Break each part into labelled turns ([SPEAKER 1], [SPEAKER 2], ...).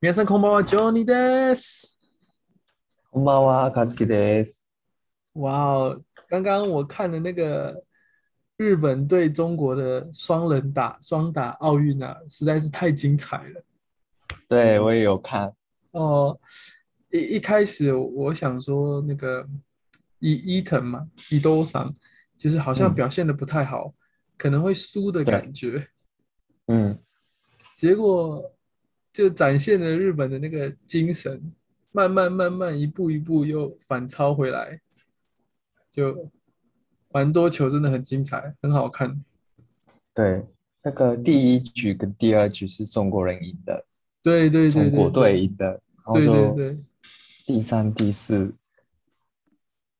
[SPEAKER 1] 皆さんこんばんは、ジョニーです。
[SPEAKER 2] こんばんは、和樹です。
[SPEAKER 1] 哇哦，刚刚我看了那个日本对中国的双人打双打奥运啊，实在是太精彩了嗯
[SPEAKER 2] 对，我也有看，
[SPEAKER 1] 哦！一一开始我想说那个伊伊藤嘛，伊多桑，就是好像
[SPEAKER 2] 嗯
[SPEAKER 1] 表现的不太好，可能会输的
[SPEAKER 2] 对
[SPEAKER 1] 感觉，
[SPEAKER 2] 嗯，
[SPEAKER 1] 结果就展现了日本的那个精神，慢慢慢慢一步一步又反超回来，就蛮多球真的很精彩，很好看。
[SPEAKER 2] 对，那个第一局跟第二局是中国人赢的，
[SPEAKER 1] 对对对
[SPEAKER 2] 中国
[SPEAKER 1] 对
[SPEAKER 2] 队赢的，然后
[SPEAKER 1] 对对
[SPEAKER 2] 就
[SPEAKER 1] 对
[SPEAKER 2] 第三、第四，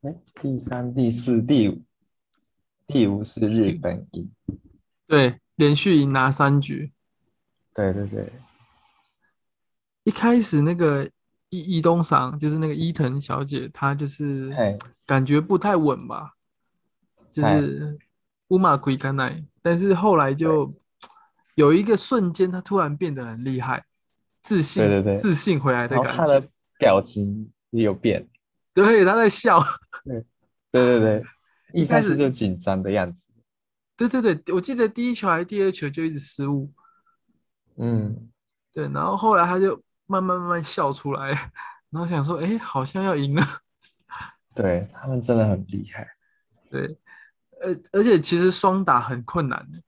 [SPEAKER 2] 哎，第三、第四、第五，第五是日本赢，
[SPEAKER 1] 对，连续赢拿三局。
[SPEAKER 2] 对对对，
[SPEAKER 1] 一开始那个伊伊东赏就是那个伊藤小姐，她就是
[SPEAKER 2] 嘿，
[SPEAKER 1] 感觉不太稳吧，就是
[SPEAKER 2] 哎
[SPEAKER 1] 乌马奎甘奈，但是后来就有一个瞬间，她突然变得很厉害，自信，
[SPEAKER 2] 对对对
[SPEAKER 1] 自信回来的
[SPEAKER 2] 然后
[SPEAKER 1] 感
[SPEAKER 2] 他
[SPEAKER 1] 觉。
[SPEAKER 2] 的表情也有变，
[SPEAKER 1] 对，她在笑。
[SPEAKER 2] 对对对，一
[SPEAKER 1] 开
[SPEAKER 2] 开
[SPEAKER 1] 始
[SPEAKER 2] 始就紧张的样子，
[SPEAKER 1] 对对对，我记得第一球还是第二球就一直失误，
[SPEAKER 2] 嗯，
[SPEAKER 1] 对，然后后来她就慢慢慢慢笑出来， 然后想说，哎，好像要赢了。
[SPEAKER 2] 对他们真的很厉害，
[SPEAKER 1] 对，呃，而且其实双打很困难的，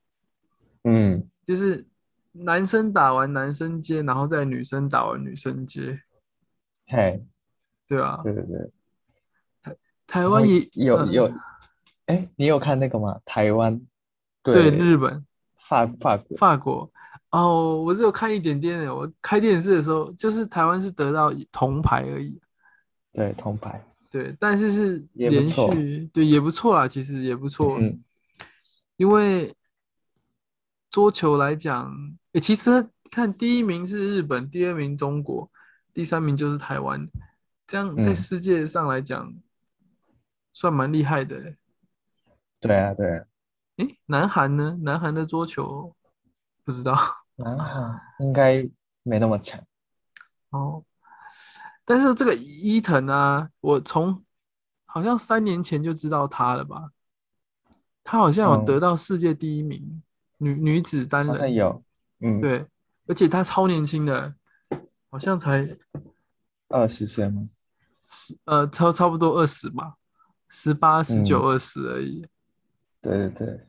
[SPEAKER 2] 嗯，
[SPEAKER 1] 就是男生打完男生接，然后再女生打完女生接，
[SPEAKER 2] 嘿，
[SPEAKER 1] 对吧？
[SPEAKER 2] 对对对。
[SPEAKER 1] 台
[SPEAKER 2] 然
[SPEAKER 1] 湾
[SPEAKER 2] 后
[SPEAKER 1] 也
[SPEAKER 2] 哦有
[SPEAKER 1] 嗯
[SPEAKER 2] 有，哎，你有看那个吗？台湾
[SPEAKER 1] 对
[SPEAKER 2] 对
[SPEAKER 1] 日本、
[SPEAKER 2] 法法国，
[SPEAKER 1] 法国哦，我只有看一点点的。我开电视的时候，就是台湾是得到铜牌而已，
[SPEAKER 2] 对铜牌，
[SPEAKER 1] 对，但是是
[SPEAKER 2] 也不
[SPEAKER 1] 连
[SPEAKER 2] 错
[SPEAKER 1] 续，对，也不错啦，其实也不错，
[SPEAKER 2] 嗯，
[SPEAKER 1] 因为桌球来讲，诶，其实看第一名是日本，第二名中国，第三名就是台湾，这样在
[SPEAKER 2] 嗯
[SPEAKER 1] 世界上来讲，算蛮厉害的欸。
[SPEAKER 2] 对啊对啊，
[SPEAKER 1] 诶，南韩呢？南韩的桌球不知道
[SPEAKER 2] 南
[SPEAKER 1] 啊
[SPEAKER 2] 韩啊应该没那么强，
[SPEAKER 1] 哦，但是这个伊藤啊，我从好像三年前就知道他了吧？他好像有
[SPEAKER 2] 嗯
[SPEAKER 1] 得到世界第一名，女女子单
[SPEAKER 2] 好像
[SPEAKER 1] 人。
[SPEAKER 2] 有，嗯，
[SPEAKER 1] 对，而且他超年轻的，好像才
[SPEAKER 2] 二十岁吗？
[SPEAKER 1] 呃差差不多二十吧，十八、十九、
[SPEAKER 2] 嗯
[SPEAKER 1] 二十而已。
[SPEAKER 2] 对对对，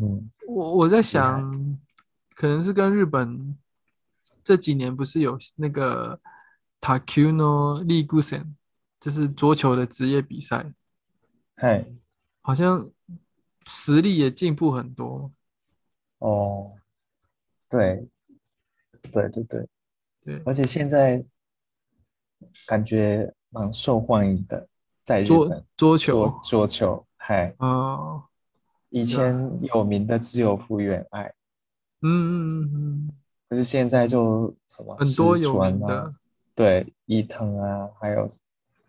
[SPEAKER 2] 嗯，
[SPEAKER 1] 我我在
[SPEAKER 2] 害
[SPEAKER 1] 想，可能是跟日本这几年不是有那个 Takuno l i g u s e n 就是桌球的职业比赛，
[SPEAKER 2] 嗨，
[SPEAKER 1] 好像实力也进步很多。
[SPEAKER 2] 哦，对，对对对，
[SPEAKER 1] 对，
[SPEAKER 2] 而且现在感觉蛮受欢迎的，在日
[SPEAKER 1] 桌
[SPEAKER 2] 本
[SPEAKER 1] 桌
[SPEAKER 2] 桌
[SPEAKER 1] 球，
[SPEAKER 2] 桌球，嗨。
[SPEAKER 1] 哦，
[SPEAKER 2] 以前有名的只有福原爱，
[SPEAKER 1] 嗯嗯嗯嗯，
[SPEAKER 2] 可是现在就什么
[SPEAKER 1] 很多
[SPEAKER 2] 石
[SPEAKER 1] 有名
[SPEAKER 2] 川啊
[SPEAKER 1] 的。
[SPEAKER 2] 对，伊藤啊，还有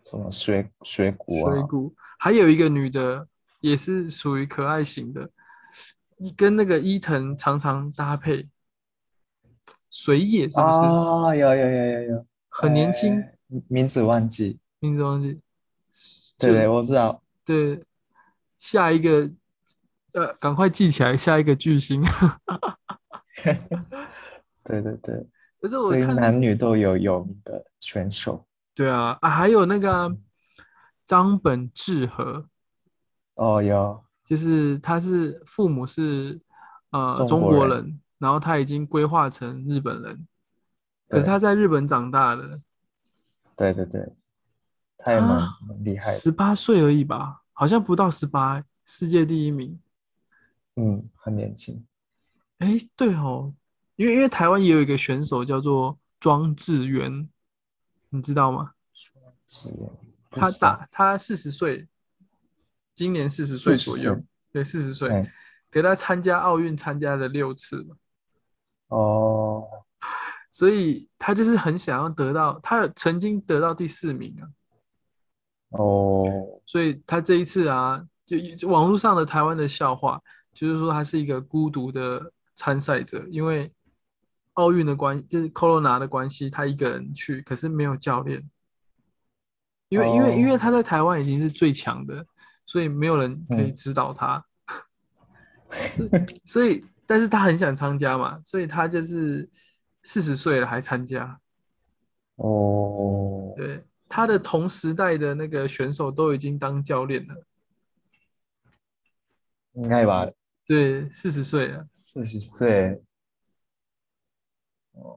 [SPEAKER 2] 什么水水谷
[SPEAKER 1] 水
[SPEAKER 2] 啊，
[SPEAKER 1] 谷，还有一个女的，也是属于可爱型的，你跟那个伊藤常常搭配。水野是不是、
[SPEAKER 2] 啊，有有有有有，
[SPEAKER 1] 很年轻？
[SPEAKER 2] 呃名字忘记，
[SPEAKER 1] 名字忘记。
[SPEAKER 2] 对对，
[SPEAKER 1] 就
[SPEAKER 2] 我知道，
[SPEAKER 1] 对，下一个，呃，赶快记起来下一个巨星。
[SPEAKER 2] 对对对，
[SPEAKER 1] 可是我
[SPEAKER 2] 所以
[SPEAKER 1] 看
[SPEAKER 2] 男女都有有名的选手
[SPEAKER 1] 对啊啊，还有那个啊张本智和，
[SPEAKER 2] 哦，有，
[SPEAKER 1] 就是他是父母是呃
[SPEAKER 2] 中
[SPEAKER 1] 中
[SPEAKER 2] 国
[SPEAKER 1] 国
[SPEAKER 2] 人
[SPEAKER 1] 人，然后他已经规划成日本人，可是
[SPEAKER 2] 对
[SPEAKER 1] 他在日本长大的，
[SPEAKER 2] 对对对，他也蛮
[SPEAKER 1] 啊
[SPEAKER 2] 蛮厉害的，
[SPEAKER 1] 十八岁而已吧，好像不到十八，世界第一名。
[SPEAKER 2] 嗯，很年轻，
[SPEAKER 1] 哎，对哦，因为因为台湾也有一个选手叫做庄智渊，你知道吗？
[SPEAKER 2] 是哦，不
[SPEAKER 1] 他
[SPEAKER 2] 知道
[SPEAKER 1] 打他四十岁，今年四十岁
[SPEAKER 2] 40
[SPEAKER 1] 左右，
[SPEAKER 2] 岁
[SPEAKER 1] 对，四十岁
[SPEAKER 2] 嗯，
[SPEAKER 1] 给他参加奥运参加了六次嘛，
[SPEAKER 2] 哦，
[SPEAKER 1] 所以他就是很想要得到，他有曾经得到第四名啊，
[SPEAKER 2] 哦，
[SPEAKER 1] 所以他这一次啊，就就网络上的台湾的笑话，就是说他是一个孤独的参赛者，因为奥运的关，就是 Corona 的关系，他一个人去，可是没有教练，因为因为因为他在台湾已经是最强的，所以没有人可以指导他，所以但是他很想参加嘛，所以他就是四十岁了还参加，
[SPEAKER 2] 哦，
[SPEAKER 1] 对，他的同时代的那个选手都已经当教练了，
[SPEAKER 2] 应该吧，
[SPEAKER 1] 对，四十岁了，
[SPEAKER 2] 四十岁，哦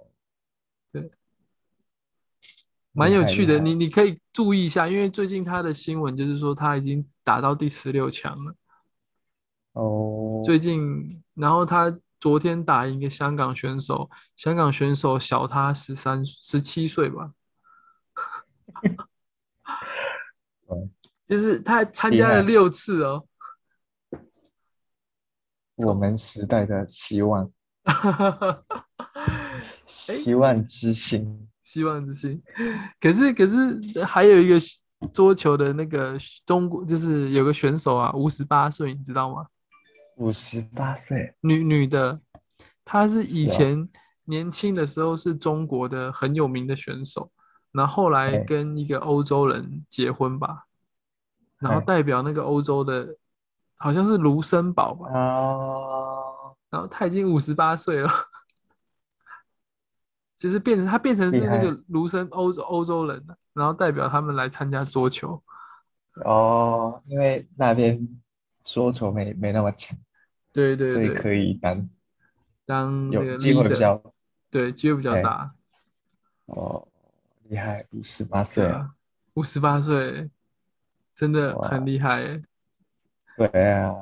[SPEAKER 1] 蛮有趣的，
[SPEAKER 2] 厉害
[SPEAKER 1] 你你可以注意一下，因为最近他的新闻就是说他已经打到第十六强了。
[SPEAKER 2] 哦，
[SPEAKER 1] 最近，然后他昨天打赢一个香港选手，香港选手小他十三、十七岁 吧
[SPEAKER 2] 嗯。
[SPEAKER 1] 就是他参
[SPEAKER 2] 厉
[SPEAKER 1] 加了
[SPEAKER 2] 害
[SPEAKER 1] 六次哦，
[SPEAKER 2] 我们时代的希望，
[SPEAKER 1] 哎
[SPEAKER 2] 希望之星，
[SPEAKER 1] 希望之星。可是，可是还有一个桌球的那个中国，就是有个选手啊，五十八岁，你知道吗？
[SPEAKER 2] 五十八岁，
[SPEAKER 1] 女女的，她是以
[SPEAKER 2] 是啊
[SPEAKER 1] 前年轻的时候是中国的很有名的选手，然后后来
[SPEAKER 2] 哎
[SPEAKER 1] 跟一个欧洲人结婚吧，然后
[SPEAKER 2] 哎
[SPEAKER 1] 代表那个欧洲的，好像是卢森堡
[SPEAKER 2] 哦
[SPEAKER 1] 吧，
[SPEAKER 2] 啊，
[SPEAKER 1] 然后她已经五十八岁了， 就是变成她变成是
[SPEAKER 2] 厉
[SPEAKER 1] 那
[SPEAKER 2] 害
[SPEAKER 1] 个卢森欧洲欧洲人了，然后代表他们来参加桌球，
[SPEAKER 2] 哦，因为那边桌球没没那么强，
[SPEAKER 1] 对对
[SPEAKER 2] 所以
[SPEAKER 1] 对，
[SPEAKER 2] 可以当
[SPEAKER 1] 当那
[SPEAKER 2] 有
[SPEAKER 1] 个
[SPEAKER 2] 机会比
[SPEAKER 1] leader，
[SPEAKER 2] 较，
[SPEAKER 1] 对机会比较
[SPEAKER 2] 哎
[SPEAKER 1] 大，
[SPEAKER 2] 哦，厉害，五十八
[SPEAKER 1] 对
[SPEAKER 2] 岁，
[SPEAKER 1] 啊，五十八岁，真的
[SPEAKER 2] 哇
[SPEAKER 1] 很厉害耶。
[SPEAKER 2] 对啊，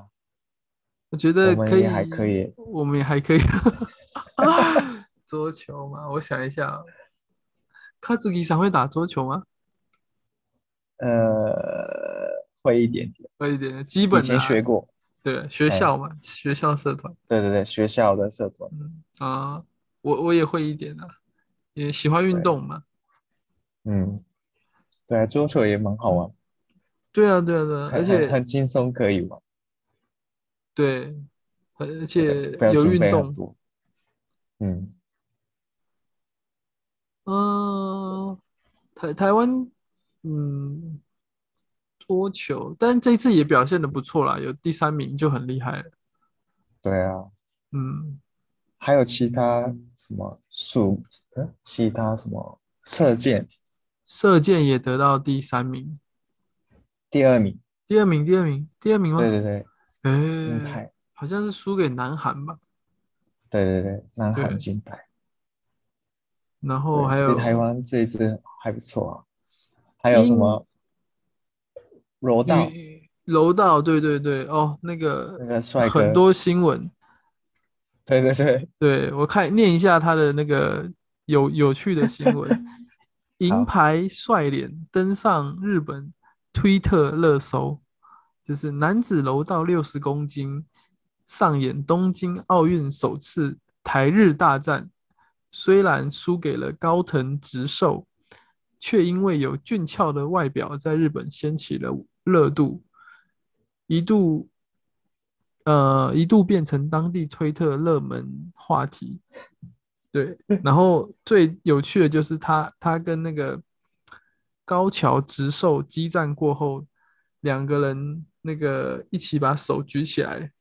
[SPEAKER 1] 我觉
[SPEAKER 2] 我
[SPEAKER 1] 得
[SPEAKER 2] 们
[SPEAKER 1] 可以，
[SPEAKER 2] 也还可以，
[SPEAKER 1] 我们也还可以。 桌球嘛，我想一下，卡祖吉桑会打桌球吗？
[SPEAKER 2] 呃，会一点点，
[SPEAKER 1] 会一点，基
[SPEAKER 2] 以
[SPEAKER 1] 本的、
[SPEAKER 2] 前
[SPEAKER 1] 啊。
[SPEAKER 2] 学过，
[SPEAKER 1] 对，学
[SPEAKER 2] 哎
[SPEAKER 1] 校嘛，学校社团。
[SPEAKER 2] 对对对，学校的社团，
[SPEAKER 1] 嗯啊、我我也会一点的、啊，也喜欢运
[SPEAKER 2] 对
[SPEAKER 1] 动嘛。
[SPEAKER 2] 嗯，对啊，桌球也蛮好玩，
[SPEAKER 1] 对啊，对啊，对啊，
[SPEAKER 2] 很
[SPEAKER 1] 而
[SPEAKER 2] 很
[SPEAKER 1] 且
[SPEAKER 2] 很轻松可以玩，
[SPEAKER 1] 对，而
[SPEAKER 2] 对，
[SPEAKER 1] 且
[SPEAKER 2] 不要
[SPEAKER 1] 有
[SPEAKER 2] 准
[SPEAKER 1] 运
[SPEAKER 2] 备
[SPEAKER 1] 动
[SPEAKER 2] 很。多，嗯，
[SPEAKER 1] 嗯，台台湾，嗯，桌球，但这次也表现的不错啦，有第三名就很厉害了。
[SPEAKER 2] 对啊，
[SPEAKER 1] 嗯，
[SPEAKER 2] 还有其他什么数，嗯，其他什么射箭
[SPEAKER 1] 射箭也得到第三名，
[SPEAKER 2] 第二名，
[SPEAKER 1] 第二名，第二名，第二名吗？
[SPEAKER 2] 对对对，金
[SPEAKER 1] 哎、
[SPEAKER 2] 牌，
[SPEAKER 1] 好像是输给南韩吧。
[SPEAKER 2] 对对对，南
[SPEAKER 1] 对
[SPEAKER 2] 韩金牌。
[SPEAKER 1] 然后
[SPEAKER 2] 对，
[SPEAKER 1] 还
[SPEAKER 2] 所以
[SPEAKER 1] 有
[SPEAKER 2] 台湾这一支还不错啊。还有什么柔道
[SPEAKER 1] 女柔道，对对对，哦，那个
[SPEAKER 2] 那个帅
[SPEAKER 1] 很
[SPEAKER 2] 哥？
[SPEAKER 1] 多新闻，
[SPEAKER 2] 对对对，
[SPEAKER 1] 对，我看念一下他的那个有有趣的新闻：银
[SPEAKER 2] 好
[SPEAKER 1] 牌帅脸登上日本推特热搜，就是男子柔道六十公斤上演东京奥运首次台日大战，虽然输给了高藤直寿，却因为有俊俏的外表，在日本掀起了热度，一度呃，一度变成当地推特热门话题。对，然后最有趣的就是他，他跟那个高桥直寿激战过后，两个人那个一起把手举起来，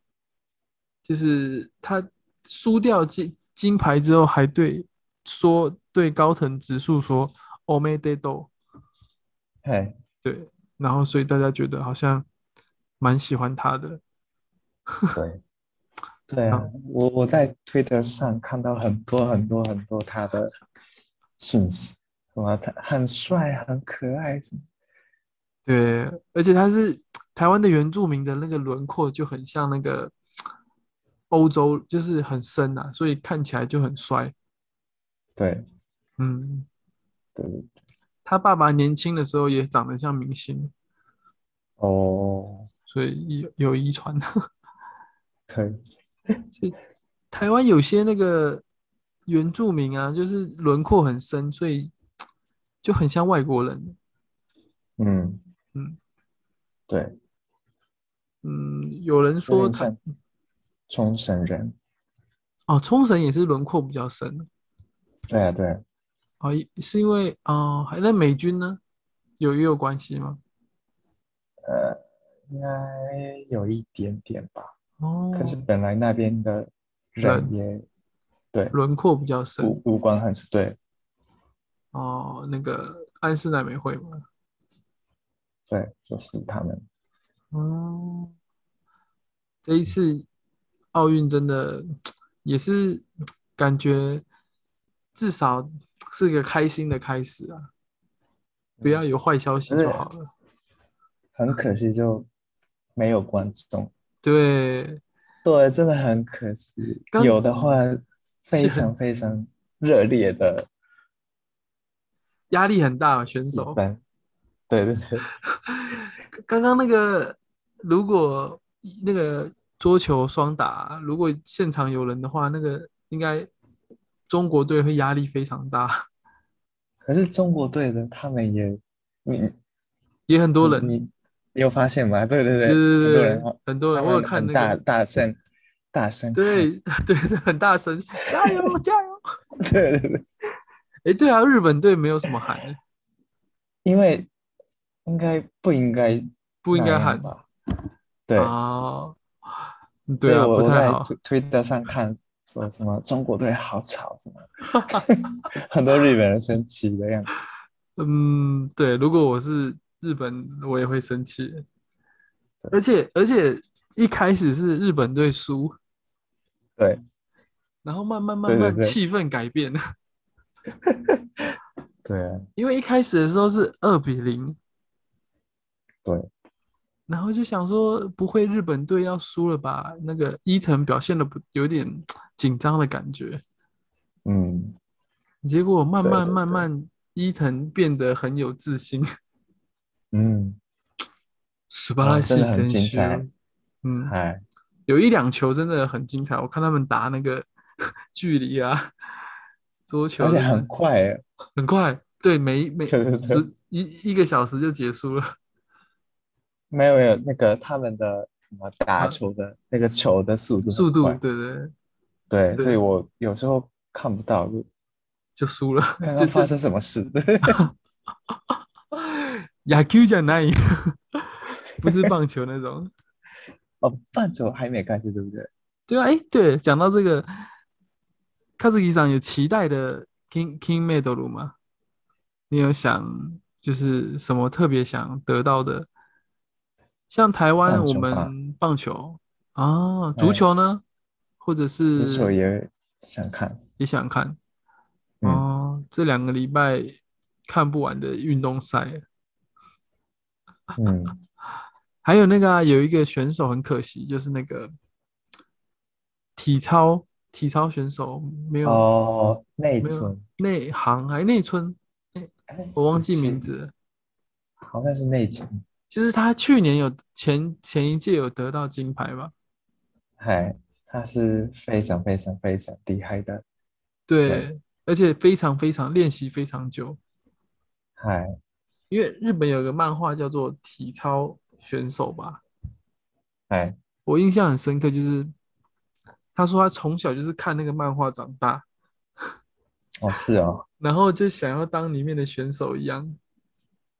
[SPEAKER 1] 就是他输掉金金牌之后，还对说对高藤直树说 “O me de do”，
[SPEAKER 2] 嘿，
[SPEAKER 1] 对，然后所以大家觉得好像蛮喜欢他的，
[SPEAKER 2] 对，对啊，我我在推特上看到很多很多很多他的讯息，什么他很帅，很可爱什么，
[SPEAKER 1] 对，而且他是台湾的原住民的那个轮廓就很像那个欧洲，就是很深啊，所以看起来就很帅。
[SPEAKER 2] 对
[SPEAKER 1] 嗯，
[SPEAKER 2] 对
[SPEAKER 1] 他爸爸年轻的时候也长得像明星，
[SPEAKER 2] 哦，
[SPEAKER 1] 所以有有遗传。啊
[SPEAKER 2] 对，
[SPEAKER 1] 台湾有些那个原住民啊，就是轮廓很深，所以就很像外国人。
[SPEAKER 2] 嗯
[SPEAKER 1] 嗯
[SPEAKER 2] 对，
[SPEAKER 1] 嗯，有人
[SPEAKER 2] 有
[SPEAKER 1] 说
[SPEAKER 2] 点
[SPEAKER 1] 台
[SPEAKER 2] 像冲绳人，
[SPEAKER 1] 哦，冲绳也是轮廓比较深，
[SPEAKER 2] 对啊，对啊，
[SPEAKER 1] 哦，是因为哦，还那美军呢，有也有关系吗？
[SPEAKER 2] 呃，应该有一点点吧。
[SPEAKER 1] 哦，
[SPEAKER 2] 可是本来那边的人也对
[SPEAKER 1] 轮廓比较深
[SPEAKER 2] 五五官很对
[SPEAKER 1] 哦，那个安室奈美惠嘛，
[SPEAKER 2] 对，就是他们。
[SPEAKER 1] 哦，这一次奥运真的也是感觉至少是个开心的开始啊，不要有坏消息
[SPEAKER 2] 可是
[SPEAKER 1] 就好了。
[SPEAKER 2] 很可惜就没有观众，
[SPEAKER 1] 对，
[SPEAKER 2] 对，真的很可惜。
[SPEAKER 1] 刚
[SPEAKER 2] 有的话，非
[SPEAKER 1] 是
[SPEAKER 2] 常非常热烈的
[SPEAKER 1] 压力很大啊，选
[SPEAKER 2] 一
[SPEAKER 1] 手。
[SPEAKER 2] 番。对对对，
[SPEAKER 1] 刚刚那个，如果那个桌球双打，如果现场有人的话，那个应该中国队会压力非常大，
[SPEAKER 2] 可是中国队的他们也，你
[SPEAKER 1] 也很多人。
[SPEAKER 2] 你你有发现吗？对对对，
[SPEAKER 1] 对对
[SPEAKER 2] 很多人
[SPEAKER 1] 对
[SPEAKER 2] 哦，
[SPEAKER 1] 很多
[SPEAKER 2] 他
[SPEAKER 1] 人，我有
[SPEAKER 2] 们
[SPEAKER 1] 看
[SPEAKER 2] 很
[SPEAKER 1] 那
[SPEAKER 2] 大
[SPEAKER 1] 个，
[SPEAKER 2] 大声大声喊，
[SPEAKER 1] 对 对，很大声，加油加油！
[SPEAKER 2] 对对对，
[SPEAKER 1] 哎，对啊，日本队没有什么喊，
[SPEAKER 2] 因为应该不应该
[SPEAKER 1] 不应
[SPEAKER 2] 那
[SPEAKER 1] 该
[SPEAKER 2] 样
[SPEAKER 1] 喊
[SPEAKER 2] 吧？对，
[SPEAKER 1] 啊。对啊，
[SPEAKER 2] 所以我
[SPEAKER 1] 不
[SPEAKER 2] 我
[SPEAKER 1] 太
[SPEAKER 2] 在
[SPEAKER 1] 好。
[SPEAKER 2] 推推特上看说什么中国队好吵 什么，很多日本人生气的样子。
[SPEAKER 1] 嗯，对，如果我是日本，我也会生气。
[SPEAKER 2] 对
[SPEAKER 1] 而且而且一开始是日本队输，
[SPEAKER 2] 对，
[SPEAKER 1] 然后慢慢
[SPEAKER 2] 对
[SPEAKER 1] 慢
[SPEAKER 2] 对
[SPEAKER 1] 慢
[SPEAKER 2] 对
[SPEAKER 1] 气氛改变，
[SPEAKER 2] 对啊，
[SPEAKER 1] 因为一开始的时候是二比零，
[SPEAKER 2] 对，
[SPEAKER 1] 然后就想说不会日本队要输了吧？那个伊藤表现的不有点紧张的感觉，
[SPEAKER 2] 嗯，
[SPEAKER 1] 结果慢
[SPEAKER 2] 对
[SPEAKER 1] 慢
[SPEAKER 2] 对
[SPEAKER 1] 慢
[SPEAKER 2] 对
[SPEAKER 1] 慢伊藤变得很有自信，
[SPEAKER 2] 嗯，
[SPEAKER 1] 斯巴拉
[SPEAKER 2] 啊真
[SPEAKER 1] 西
[SPEAKER 2] 的很
[SPEAKER 1] 神
[SPEAKER 2] 精彩
[SPEAKER 1] 学，嗯。
[SPEAKER 2] 哎，
[SPEAKER 1] 有一两球真的很精彩，我看他们打那个 距离啊，桌球
[SPEAKER 2] 而且
[SPEAKER 1] 真的
[SPEAKER 2] 很快耶，
[SPEAKER 1] 很快，对，每每
[SPEAKER 2] 对对对
[SPEAKER 1] 十一一个小时就结束了。
[SPEAKER 2] 没有没有那个他们的什么打球的那个球的速度很
[SPEAKER 1] 速度，
[SPEAKER 2] 快
[SPEAKER 1] 对对，对
[SPEAKER 2] 对，
[SPEAKER 1] 对
[SPEAKER 2] 所以我有时候看不 到，就
[SPEAKER 1] 就输了。这
[SPEAKER 2] 刚刚
[SPEAKER 1] 这
[SPEAKER 2] 发生什么事。
[SPEAKER 1] 野球じゃない，不是棒球那种。
[SPEAKER 2] 哦，半球还没开始，对不对？
[SPEAKER 1] 对啊，哎，对，讲到这个，卡斯基上有期待的 King King Medal 吗？你有想就是什么特别想得到的？像台湾
[SPEAKER 2] 棒
[SPEAKER 1] 我
[SPEAKER 2] 球吧
[SPEAKER 1] 们棒球啊，足
[SPEAKER 2] 对
[SPEAKER 1] 球呢，或者
[SPEAKER 2] 足球
[SPEAKER 1] 是
[SPEAKER 2] 也想 看，
[SPEAKER 1] 也想看
[SPEAKER 2] 嗯
[SPEAKER 1] 哦，这两个礼拜看不完的运动赛，
[SPEAKER 2] 嗯，
[SPEAKER 1] 还有那个啊，有一个选手很可惜，就是那个体操体操选手没有
[SPEAKER 2] 哦，内
[SPEAKER 1] 没有
[SPEAKER 2] 村，
[SPEAKER 1] 内行还内村，
[SPEAKER 2] 哎
[SPEAKER 1] 我忘记名
[SPEAKER 2] 是
[SPEAKER 1] 字了。
[SPEAKER 2] 好像是内村，
[SPEAKER 1] 就是他去年有前前一届有得到金牌吧？
[SPEAKER 2] 嗨，哎他是非常非常非常厉害的，
[SPEAKER 1] 对，
[SPEAKER 2] 对
[SPEAKER 1] 而且非常非常练习非常久，
[SPEAKER 2] 嗨，
[SPEAKER 1] 因为日本有个漫画叫做《体操选手》吧，
[SPEAKER 2] 嗨，
[SPEAKER 1] 我印象很深刻，就是他说他从小就是看那个漫画长大，
[SPEAKER 2] 哦，是哦，
[SPEAKER 1] 然后就想要当里面的选手一样。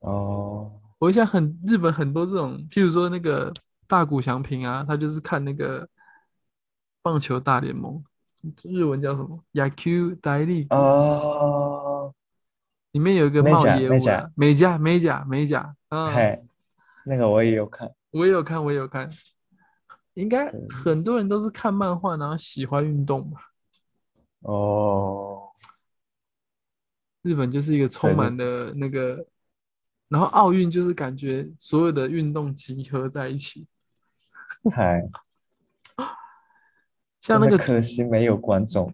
[SPEAKER 2] 哦，
[SPEAKER 1] 我想很日本很多这种，譬如说那个大谷翔平啊，他就是看那个棒球大联盟，日文叫什么野球大リーグ
[SPEAKER 2] 哦，
[SPEAKER 1] 里面有一个
[SPEAKER 2] 美
[SPEAKER 1] 茂
[SPEAKER 2] 甲
[SPEAKER 1] 野
[SPEAKER 2] 美
[SPEAKER 1] 舞
[SPEAKER 2] 甲
[SPEAKER 1] 的美甲美甲美甲，嗯，
[SPEAKER 2] 嗨，那个我也有看，
[SPEAKER 1] 我也有看，我也有看，应该
[SPEAKER 2] 对
[SPEAKER 1] 很多人都是看漫画，然后喜欢运动吧。
[SPEAKER 2] 哦，
[SPEAKER 1] 日本就是一个充
[SPEAKER 2] 对
[SPEAKER 1] 满了那个，然后奥运就是感觉所有的运动集合在一起，
[SPEAKER 2] 嗨，
[SPEAKER 1] 像那
[SPEAKER 2] 真的
[SPEAKER 1] 个
[SPEAKER 2] 可惜没有观众，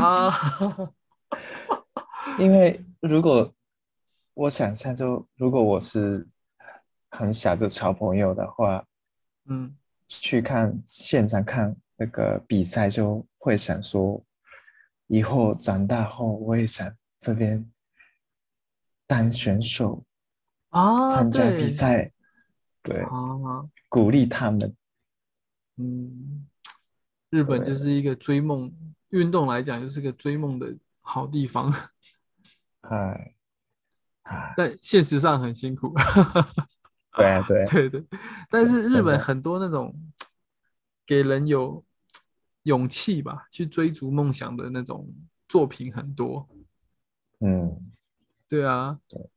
[SPEAKER 1] 啊，
[SPEAKER 2] 因为如果我想象就，如果我是很小就小朋友的话，
[SPEAKER 1] 嗯，
[SPEAKER 2] 去看现场看那个比赛，就会想说，以后长大后我也想这边当选手，
[SPEAKER 1] 啊，
[SPEAKER 2] 参加
[SPEAKER 1] 对，
[SPEAKER 2] 比赛，对，
[SPEAKER 1] 啊。
[SPEAKER 2] 鼓励他们，
[SPEAKER 1] 嗯，日本就
[SPEAKER 2] 对
[SPEAKER 1] 是一个追梦，运动来讲就是个追梦的好地方，
[SPEAKER 2] 哎，哎，
[SPEAKER 1] 但现实上很辛苦。
[SPEAKER 2] 对啊对啊，
[SPEAKER 1] 对对，但是日
[SPEAKER 2] 真
[SPEAKER 1] 本
[SPEAKER 2] 的
[SPEAKER 1] 很多那种给人有勇气吧，去追逐梦想的那种作品很多。
[SPEAKER 2] 嗯，
[SPEAKER 1] 对啊，
[SPEAKER 2] 对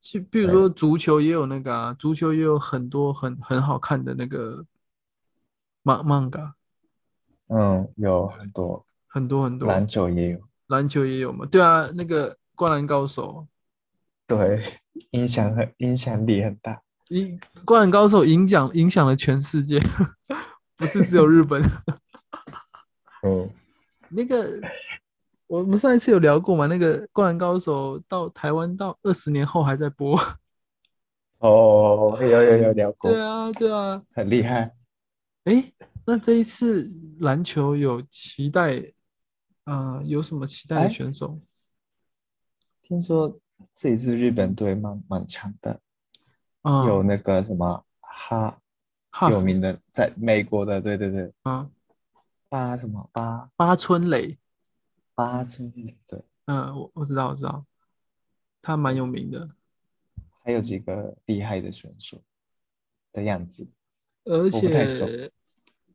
[SPEAKER 1] 就比如
[SPEAKER 2] 对
[SPEAKER 1] 说足球也有那个啊，足球也有很多很很好看的那个漫漫画，
[SPEAKER 2] 嗯，有很多，
[SPEAKER 1] 很多很多。
[SPEAKER 2] 篮球也有，
[SPEAKER 1] 篮球也有嘛？对啊，那个《灌篮高手
[SPEAKER 2] 对，影响很影响力很大，》
[SPEAKER 1] 影，《灌篮高手》影响影响了全世界， 不是只有日本。
[SPEAKER 2] 嗯，
[SPEAKER 1] 那个我们上一次有聊过嘛？那个《灌篮高手》到台湾到二十年后还在播。
[SPEAKER 2] 哦，有有有聊过
[SPEAKER 1] 对，啊，对啊。
[SPEAKER 2] 很厉害，
[SPEAKER 1] 诶，那这一次篮球有期待啊、有什么期待的
[SPEAKER 2] 哎
[SPEAKER 1] 选手？
[SPEAKER 2] 听说这一次日本队蛮蛮强的，
[SPEAKER 1] 啊、
[SPEAKER 2] 有那个什么哈
[SPEAKER 1] 哈
[SPEAKER 2] 有
[SPEAKER 1] 弗
[SPEAKER 2] 名的，在美国的，对对对，
[SPEAKER 1] 啊，
[SPEAKER 2] 八什么八
[SPEAKER 1] 八村垒。
[SPEAKER 2] 八村垒，对，
[SPEAKER 1] 嗯、我我知道，我知道，他蛮有名的。
[SPEAKER 2] 还有几个厉害的选手的样子，
[SPEAKER 1] 而
[SPEAKER 2] 我不太熟
[SPEAKER 1] 且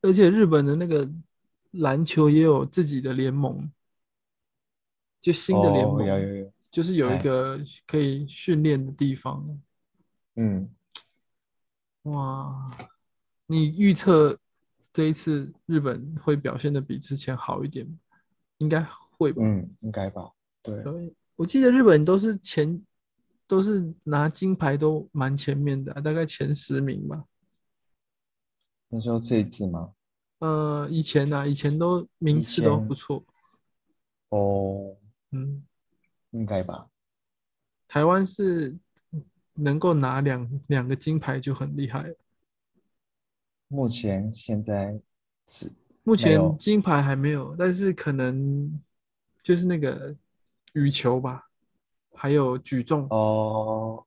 [SPEAKER 1] 而且日本的那个篮球也有自己的联盟，就新的联
[SPEAKER 2] 哦，
[SPEAKER 1] 盟，
[SPEAKER 2] 有有有，
[SPEAKER 1] 就是有一
[SPEAKER 2] 哎
[SPEAKER 1] 个可以训练的地方。
[SPEAKER 2] 嗯，
[SPEAKER 1] 哇，你预测这一次日本会表现的比之前好一点吗？应该会吧。呃
[SPEAKER 2] 嗯，应该吧，对，
[SPEAKER 1] 我记得日本都是前都是拿金牌都蛮前面的啊、大概前十名吧。
[SPEAKER 2] 你说这一次吗？
[SPEAKER 1] 呃，以前啊，以前都名
[SPEAKER 2] 以
[SPEAKER 1] 次都不
[SPEAKER 2] 前
[SPEAKER 1] 错，
[SPEAKER 2] 哦，
[SPEAKER 1] 嗯。
[SPEAKER 2] 应该吧，
[SPEAKER 1] 台湾是能够拿两两个金牌就很厉害了。
[SPEAKER 2] 目前现在是
[SPEAKER 1] 目前
[SPEAKER 2] 有
[SPEAKER 1] 金牌还没有，但是可能就是那个羽球吧，还有举重，
[SPEAKER 2] 哦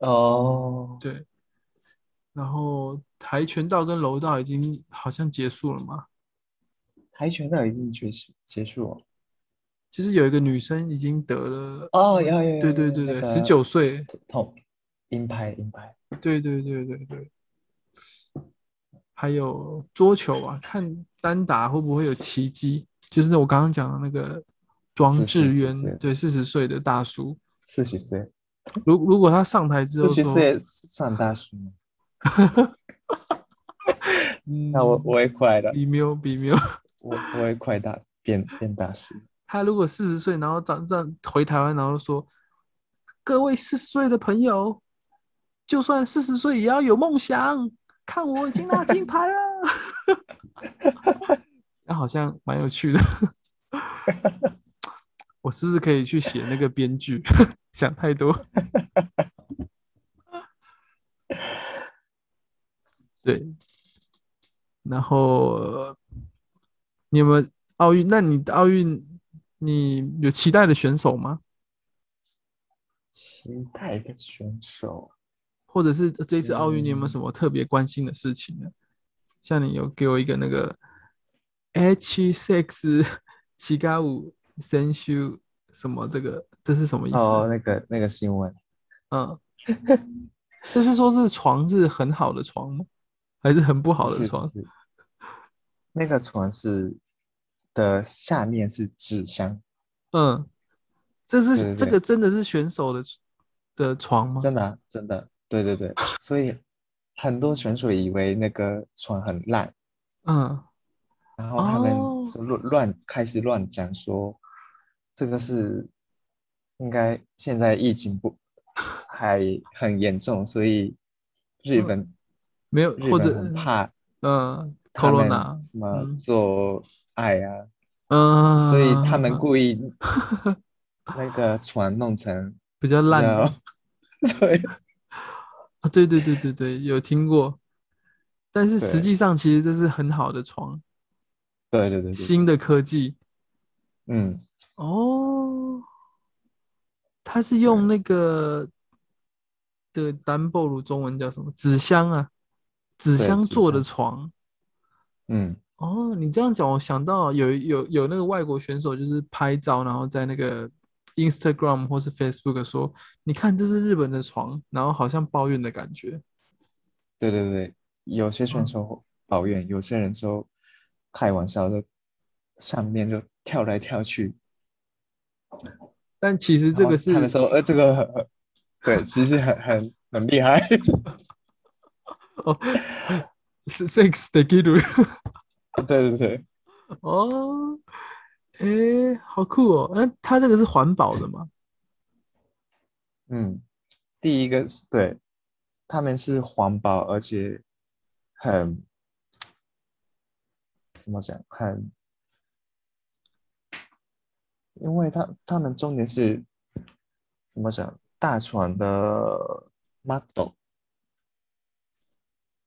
[SPEAKER 2] 哦，
[SPEAKER 1] 对。然后跆拳道跟柔道已经好像结束了嘛，
[SPEAKER 2] 跆拳道已经结束结束了，
[SPEAKER 1] 就是有一个女生已经得了，
[SPEAKER 2] 哦，有有有，
[SPEAKER 1] 对对
[SPEAKER 2] 有
[SPEAKER 1] 对
[SPEAKER 2] 那
[SPEAKER 1] 对，
[SPEAKER 2] 个
[SPEAKER 1] 十九岁，
[SPEAKER 2] 同银牌银牌，
[SPEAKER 1] 对对对对对。还有桌球啊，看单打会不会有奇迹？就是那我刚刚讲的那个庄
[SPEAKER 2] 40
[SPEAKER 1] 智
[SPEAKER 2] 几
[SPEAKER 1] 渊，
[SPEAKER 2] 岁
[SPEAKER 1] 对，四十岁的大叔。
[SPEAKER 2] 四十岁，
[SPEAKER 1] 如如果他上台之后
[SPEAKER 2] 四十
[SPEAKER 1] 说，
[SPEAKER 2] 岁算大叔吗？那我
[SPEAKER 1] 嗯
[SPEAKER 2] 我也快了，
[SPEAKER 1] 比喵比喵，
[SPEAKER 2] 我我也快大变变大叔，
[SPEAKER 1] 他如果四十岁，然后长这样回台湾，然后说，各位四十岁的朋友，就算四十岁也要有梦想，看我已经拿金牌了， 那好像蛮有趣的。 我是不是可以去写那个编剧？ 想太多。 对，然后你有没有奥运？那你奥运你有期待的选手吗？
[SPEAKER 2] 期待的选手，
[SPEAKER 1] 或者是这一次奥运你有没有
[SPEAKER 2] 嗯
[SPEAKER 1] 什么特别关心的事情呢？像你有给我一个那个 H six 七加五三修什么这个这是什么意思？啊
[SPEAKER 2] 哦，那个那个新闻，
[SPEAKER 1] 嗯，这是说是床是很好的床吗？还是很不好
[SPEAKER 2] 不
[SPEAKER 1] 的
[SPEAKER 2] 是不
[SPEAKER 1] 床？
[SPEAKER 2] 是，那个床是的下面是纸箱，
[SPEAKER 1] 嗯，这是
[SPEAKER 2] 对对
[SPEAKER 1] 这
[SPEAKER 2] 对
[SPEAKER 1] 个真的是选手的的床吗？
[SPEAKER 2] 真的啊真的，对对对，所以很多选手以为那个床很烂，
[SPEAKER 1] 嗯，
[SPEAKER 2] 然后他们
[SPEAKER 1] 哦
[SPEAKER 2] 就乱乱开始乱讲说，这个是应该现在疫情不还很严重，所以日
[SPEAKER 1] 嗯
[SPEAKER 2] 本
[SPEAKER 1] 没有，
[SPEAKER 2] 日
[SPEAKER 1] 或
[SPEAKER 2] 本
[SPEAKER 1] 者
[SPEAKER 2] 很怕
[SPEAKER 1] 嗯
[SPEAKER 2] 他们
[SPEAKER 1] corona，
[SPEAKER 2] 什么
[SPEAKER 1] 嗯
[SPEAKER 2] 做爱啊，
[SPEAKER 1] 嗯，
[SPEAKER 2] 所以他们故 意那个船弄成
[SPEAKER 1] 比较
[SPEAKER 2] 比
[SPEAKER 1] 烂的
[SPEAKER 2] 较对
[SPEAKER 1] 啊，对对对对对，有听过，但是实
[SPEAKER 2] 对
[SPEAKER 1] 际上其实这是很好的床，
[SPEAKER 2] 对对对对，
[SPEAKER 1] 新的科技
[SPEAKER 2] 嗯，
[SPEAKER 1] 哦，它是用那个的单薄乳中文叫什么纸箱啊，纸
[SPEAKER 2] 对
[SPEAKER 1] 箱
[SPEAKER 2] 纸
[SPEAKER 1] 做的
[SPEAKER 2] 箱
[SPEAKER 1] 床
[SPEAKER 2] 嗯，
[SPEAKER 1] 哦，你这样讲，我想到有有有那个外国选手，就是拍照，然后在那个 Instagram 或是 Facebook 说，你看这是日本的床，然后好像抱怨的感觉。
[SPEAKER 2] 对对对，有些
[SPEAKER 1] 嗯
[SPEAKER 2] 选手抱怨，有些人就开玩笑的，上面就跳来跳去。
[SPEAKER 1] 但其实这个是
[SPEAKER 2] 他们说，呃，这个很对，其实很很很厉害。
[SPEAKER 1] 哦，是 sex 的记录。
[SPEAKER 2] 对对对，
[SPEAKER 1] 哦，诶，好酷哦！那它这个是环保的吗？
[SPEAKER 2] 嗯，第一个是对，他们是环保，而且很怎么讲，很，因为他他们重点是怎么讲，大船的 model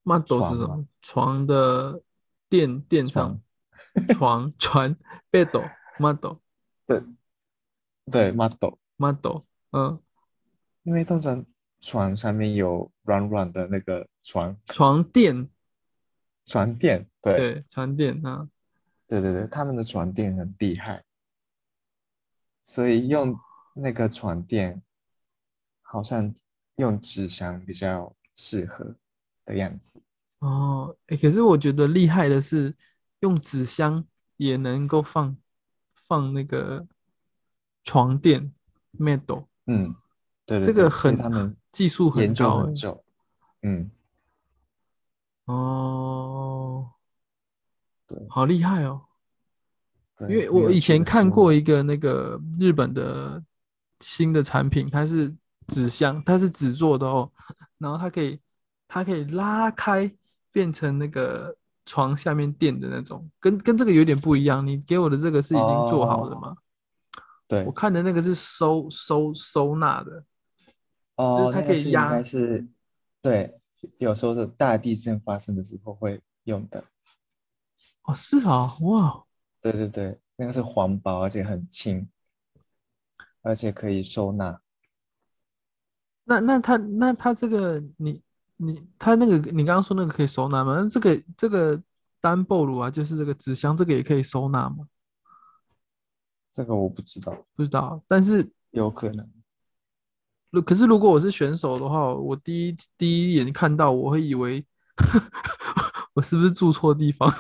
[SPEAKER 1] model
[SPEAKER 2] 床
[SPEAKER 1] 是什么
[SPEAKER 2] 吗？
[SPEAKER 1] 床的垫垫上
[SPEAKER 2] 床，
[SPEAKER 1] 床船 bed model
[SPEAKER 2] 对对 model，
[SPEAKER 1] model，嗯，
[SPEAKER 2] 因为通常船上面有软软的那个床
[SPEAKER 1] 床垫，
[SPEAKER 2] 床垫，对
[SPEAKER 1] 对，床垫啊，
[SPEAKER 2] 对对对，他们的床垫很厉害。所以用那个床垫，好像用纸箱比较适合的样子。
[SPEAKER 1] 哦，诶，可是我觉得厉害的是用纸箱也能够放放那个床垫 model，
[SPEAKER 2] 嗯，对对
[SPEAKER 1] 这
[SPEAKER 2] 对，
[SPEAKER 1] 个
[SPEAKER 2] 所以
[SPEAKER 1] 很
[SPEAKER 2] 他们
[SPEAKER 1] 技术很
[SPEAKER 2] 研究
[SPEAKER 1] 高欸
[SPEAKER 2] 很
[SPEAKER 1] 诶。
[SPEAKER 2] 久。嗯，
[SPEAKER 1] 哦，
[SPEAKER 2] 对
[SPEAKER 1] 好厉害哦！
[SPEAKER 2] 对，
[SPEAKER 1] 因为
[SPEAKER 2] 很
[SPEAKER 1] 我
[SPEAKER 2] 有
[SPEAKER 1] 以
[SPEAKER 2] 趣
[SPEAKER 1] 前
[SPEAKER 2] 的
[SPEAKER 1] 看
[SPEAKER 2] 新
[SPEAKER 1] 过
[SPEAKER 2] 闻。
[SPEAKER 1] 一个那个日本的新的产品，它是纸箱，它是纸做的哦，然后它可以它可以拉开，变成那个床下面垫的那种，跟跟这个有点不一样。你给我的这个是已经做好的
[SPEAKER 2] 哦，
[SPEAKER 1] 吗？
[SPEAKER 2] 对，
[SPEAKER 1] 我看的那个是收收收纳的，就是
[SPEAKER 2] 哦，
[SPEAKER 1] 它
[SPEAKER 2] 那
[SPEAKER 1] 可
[SPEAKER 2] 个
[SPEAKER 1] 以
[SPEAKER 2] 是应该
[SPEAKER 1] 压。
[SPEAKER 2] 是，对，有时候的大地震发生的时候会用的。
[SPEAKER 1] 哦，是啊，哇，
[SPEAKER 2] 对对对，那个是环保，而且很轻，而且可以收纳。
[SPEAKER 1] 那那它那它这个你你它那个你刚刚说那个可以收纳吗？那这个这个单薄炉啊，就是这个纸箱，这个也可以收纳吗？
[SPEAKER 2] 这个我不知道，
[SPEAKER 1] 不知道，但是
[SPEAKER 2] 有可能。
[SPEAKER 1] 如可是如果我是选手的话，我第一第一眼看到我会以为 我是不是住错地方？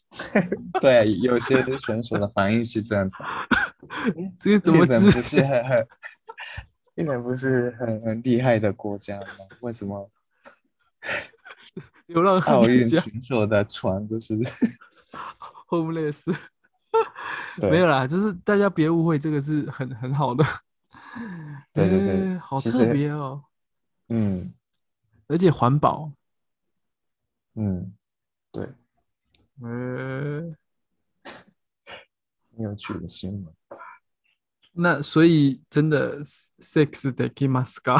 [SPEAKER 2] 对，有些选手的反应是这 样子。诶
[SPEAKER 1] 这个怎
[SPEAKER 2] 日
[SPEAKER 1] 么
[SPEAKER 2] 本
[SPEAKER 1] 知？
[SPEAKER 2] 不是很很，日本不是很很厉害的国家吗？为 什么
[SPEAKER 1] 流浪汉
[SPEAKER 2] 奥
[SPEAKER 1] 国
[SPEAKER 2] 运
[SPEAKER 1] 家
[SPEAKER 2] 选手的船就是
[SPEAKER 1] homeless 没有
[SPEAKER 2] 对
[SPEAKER 1] 啦，就是大家别误会，这个是很很好的，
[SPEAKER 2] 对对对，
[SPEAKER 1] 哎，好
[SPEAKER 2] 其
[SPEAKER 1] 特
[SPEAKER 2] 实
[SPEAKER 1] 别哦，
[SPEAKER 2] 嗯
[SPEAKER 1] 而且环保，
[SPEAKER 2] 嗯对，
[SPEAKER 1] 呃。
[SPEAKER 2] 很有趣的新闻。
[SPEAKER 1] 那所以真的 sex 得 k i m a s k a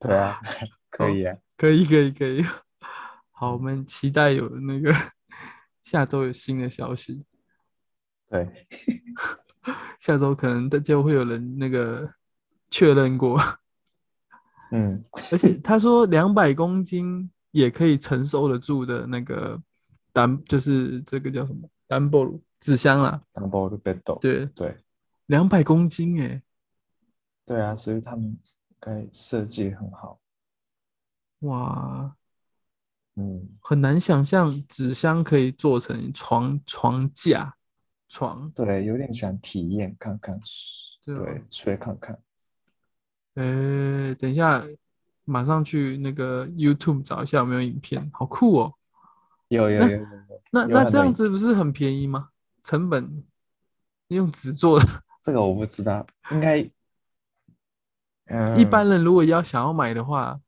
[SPEAKER 2] 对 啊，可
[SPEAKER 1] 哦，
[SPEAKER 2] 以啊。
[SPEAKER 1] 可以可以可以， 好，我
[SPEAKER 2] 嗯，
[SPEAKER 1] 们期待有那个 下周有新的消息，
[SPEAKER 2] 对
[SPEAKER 1] 下周可能大就会有人那个确认过，
[SPEAKER 2] 嗯
[SPEAKER 1] 而且他说两百公斤也可以承受得住的那个单，就是这个叫什么单薄乳纸箱啦，
[SPEAKER 2] ，double the battle。
[SPEAKER 1] 对，
[SPEAKER 2] 对
[SPEAKER 1] 两百公斤欸诶，
[SPEAKER 2] 对啊，所以他们该设计很好。
[SPEAKER 1] 哇，
[SPEAKER 2] 嗯，
[SPEAKER 1] 很难想象纸箱可以做成床床架床。
[SPEAKER 2] 对，有点想体验看看，
[SPEAKER 1] 对啊，
[SPEAKER 2] 对，吹看看。
[SPEAKER 1] 诶，等一下，马上去那个 YouTube 找一下有没有影片，好酷哦！
[SPEAKER 2] 有有
[SPEAKER 1] 那
[SPEAKER 2] 有有有
[SPEAKER 1] 那
[SPEAKER 2] 有
[SPEAKER 1] 那
[SPEAKER 2] 很
[SPEAKER 1] 这
[SPEAKER 2] 多
[SPEAKER 1] 样
[SPEAKER 2] 影，
[SPEAKER 1] 子不是很便宜吗？成本用纸做的，
[SPEAKER 2] 这个我不知道，应该
[SPEAKER 1] 一般
[SPEAKER 2] 嗯，
[SPEAKER 1] 人如果要想要买的话，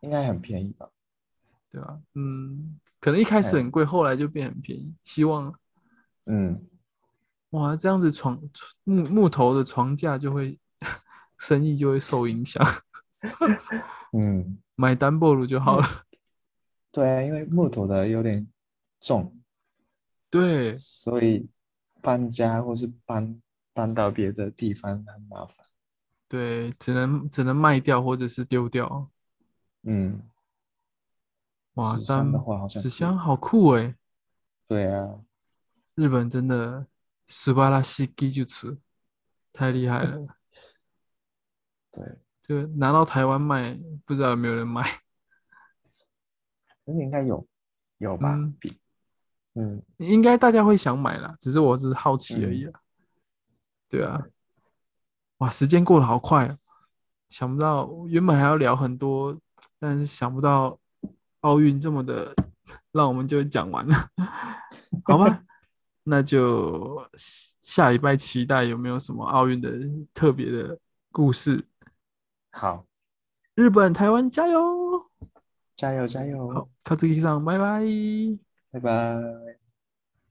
[SPEAKER 2] 应该很便宜吧？
[SPEAKER 1] 对吧？嗯，可能一开始
[SPEAKER 2] 看，
[SPEAKER 1] 很贵，后来就变很便宜，希望
[SPEAKER 2] 嗯，
[SPEAKER 1] 哇，这样子床木木头的床架就会 生意就会受影响，
[SPEAKER 2] 嗯，
[SPEAKER 1] 买单薄乳就好了。
[SPEAKER 2] 木，对啊，因为木头的有点重，
[SPEAKER 1] 对，
[SPEAKER 2] 所以搬家或是搬搬到别的地方很麻烦。
[SPEAKER 1] 对，只能只能卖掉或者是丢掉。
[SPEAKER 2] 嗯，
[SPEAKER 1] 哇，
[SPEAKER 2] 纸箱的
[SPEAKER 1] 但
[SPEAKER 2] 话好像
[SPEAKER 1] 纸
[SPEAKER 2] 可以。
[SPEAKER 1] 箱好酷诶，欸
[SPEAKER 2] 对啊，
[SPEAKER 1] 日本真的素晴らしい技術，太厉害 了。
[SPEAKER 2] 对，
[SPEAKER 1] 就拿到台湾卖，不知道有没有人买。
[SPEAKER 2] 而且应该有有吧
[SPEAKER 1] 嗯？
[SPEAKER 2] 比嗯，
[SPEAKER 1] 应该大家会想买啦，只是我只是好奇而已啦。对啊，哇，时间过得好快哦，想不到原本还要聊很多，但是想不到奥运这么的，让我们就讲完了，好吧？那就下礼拜期待有没有什么奥运的特别的故事。
[SPEAKER 2] 好，
[SPEAKER 1] 日本、台湾加油！
[SPEAKER 2] 加油加油
[SPEAKER 1] 好，，卡兹基上，拜拜。
[SPEAKER 2] 拜拜。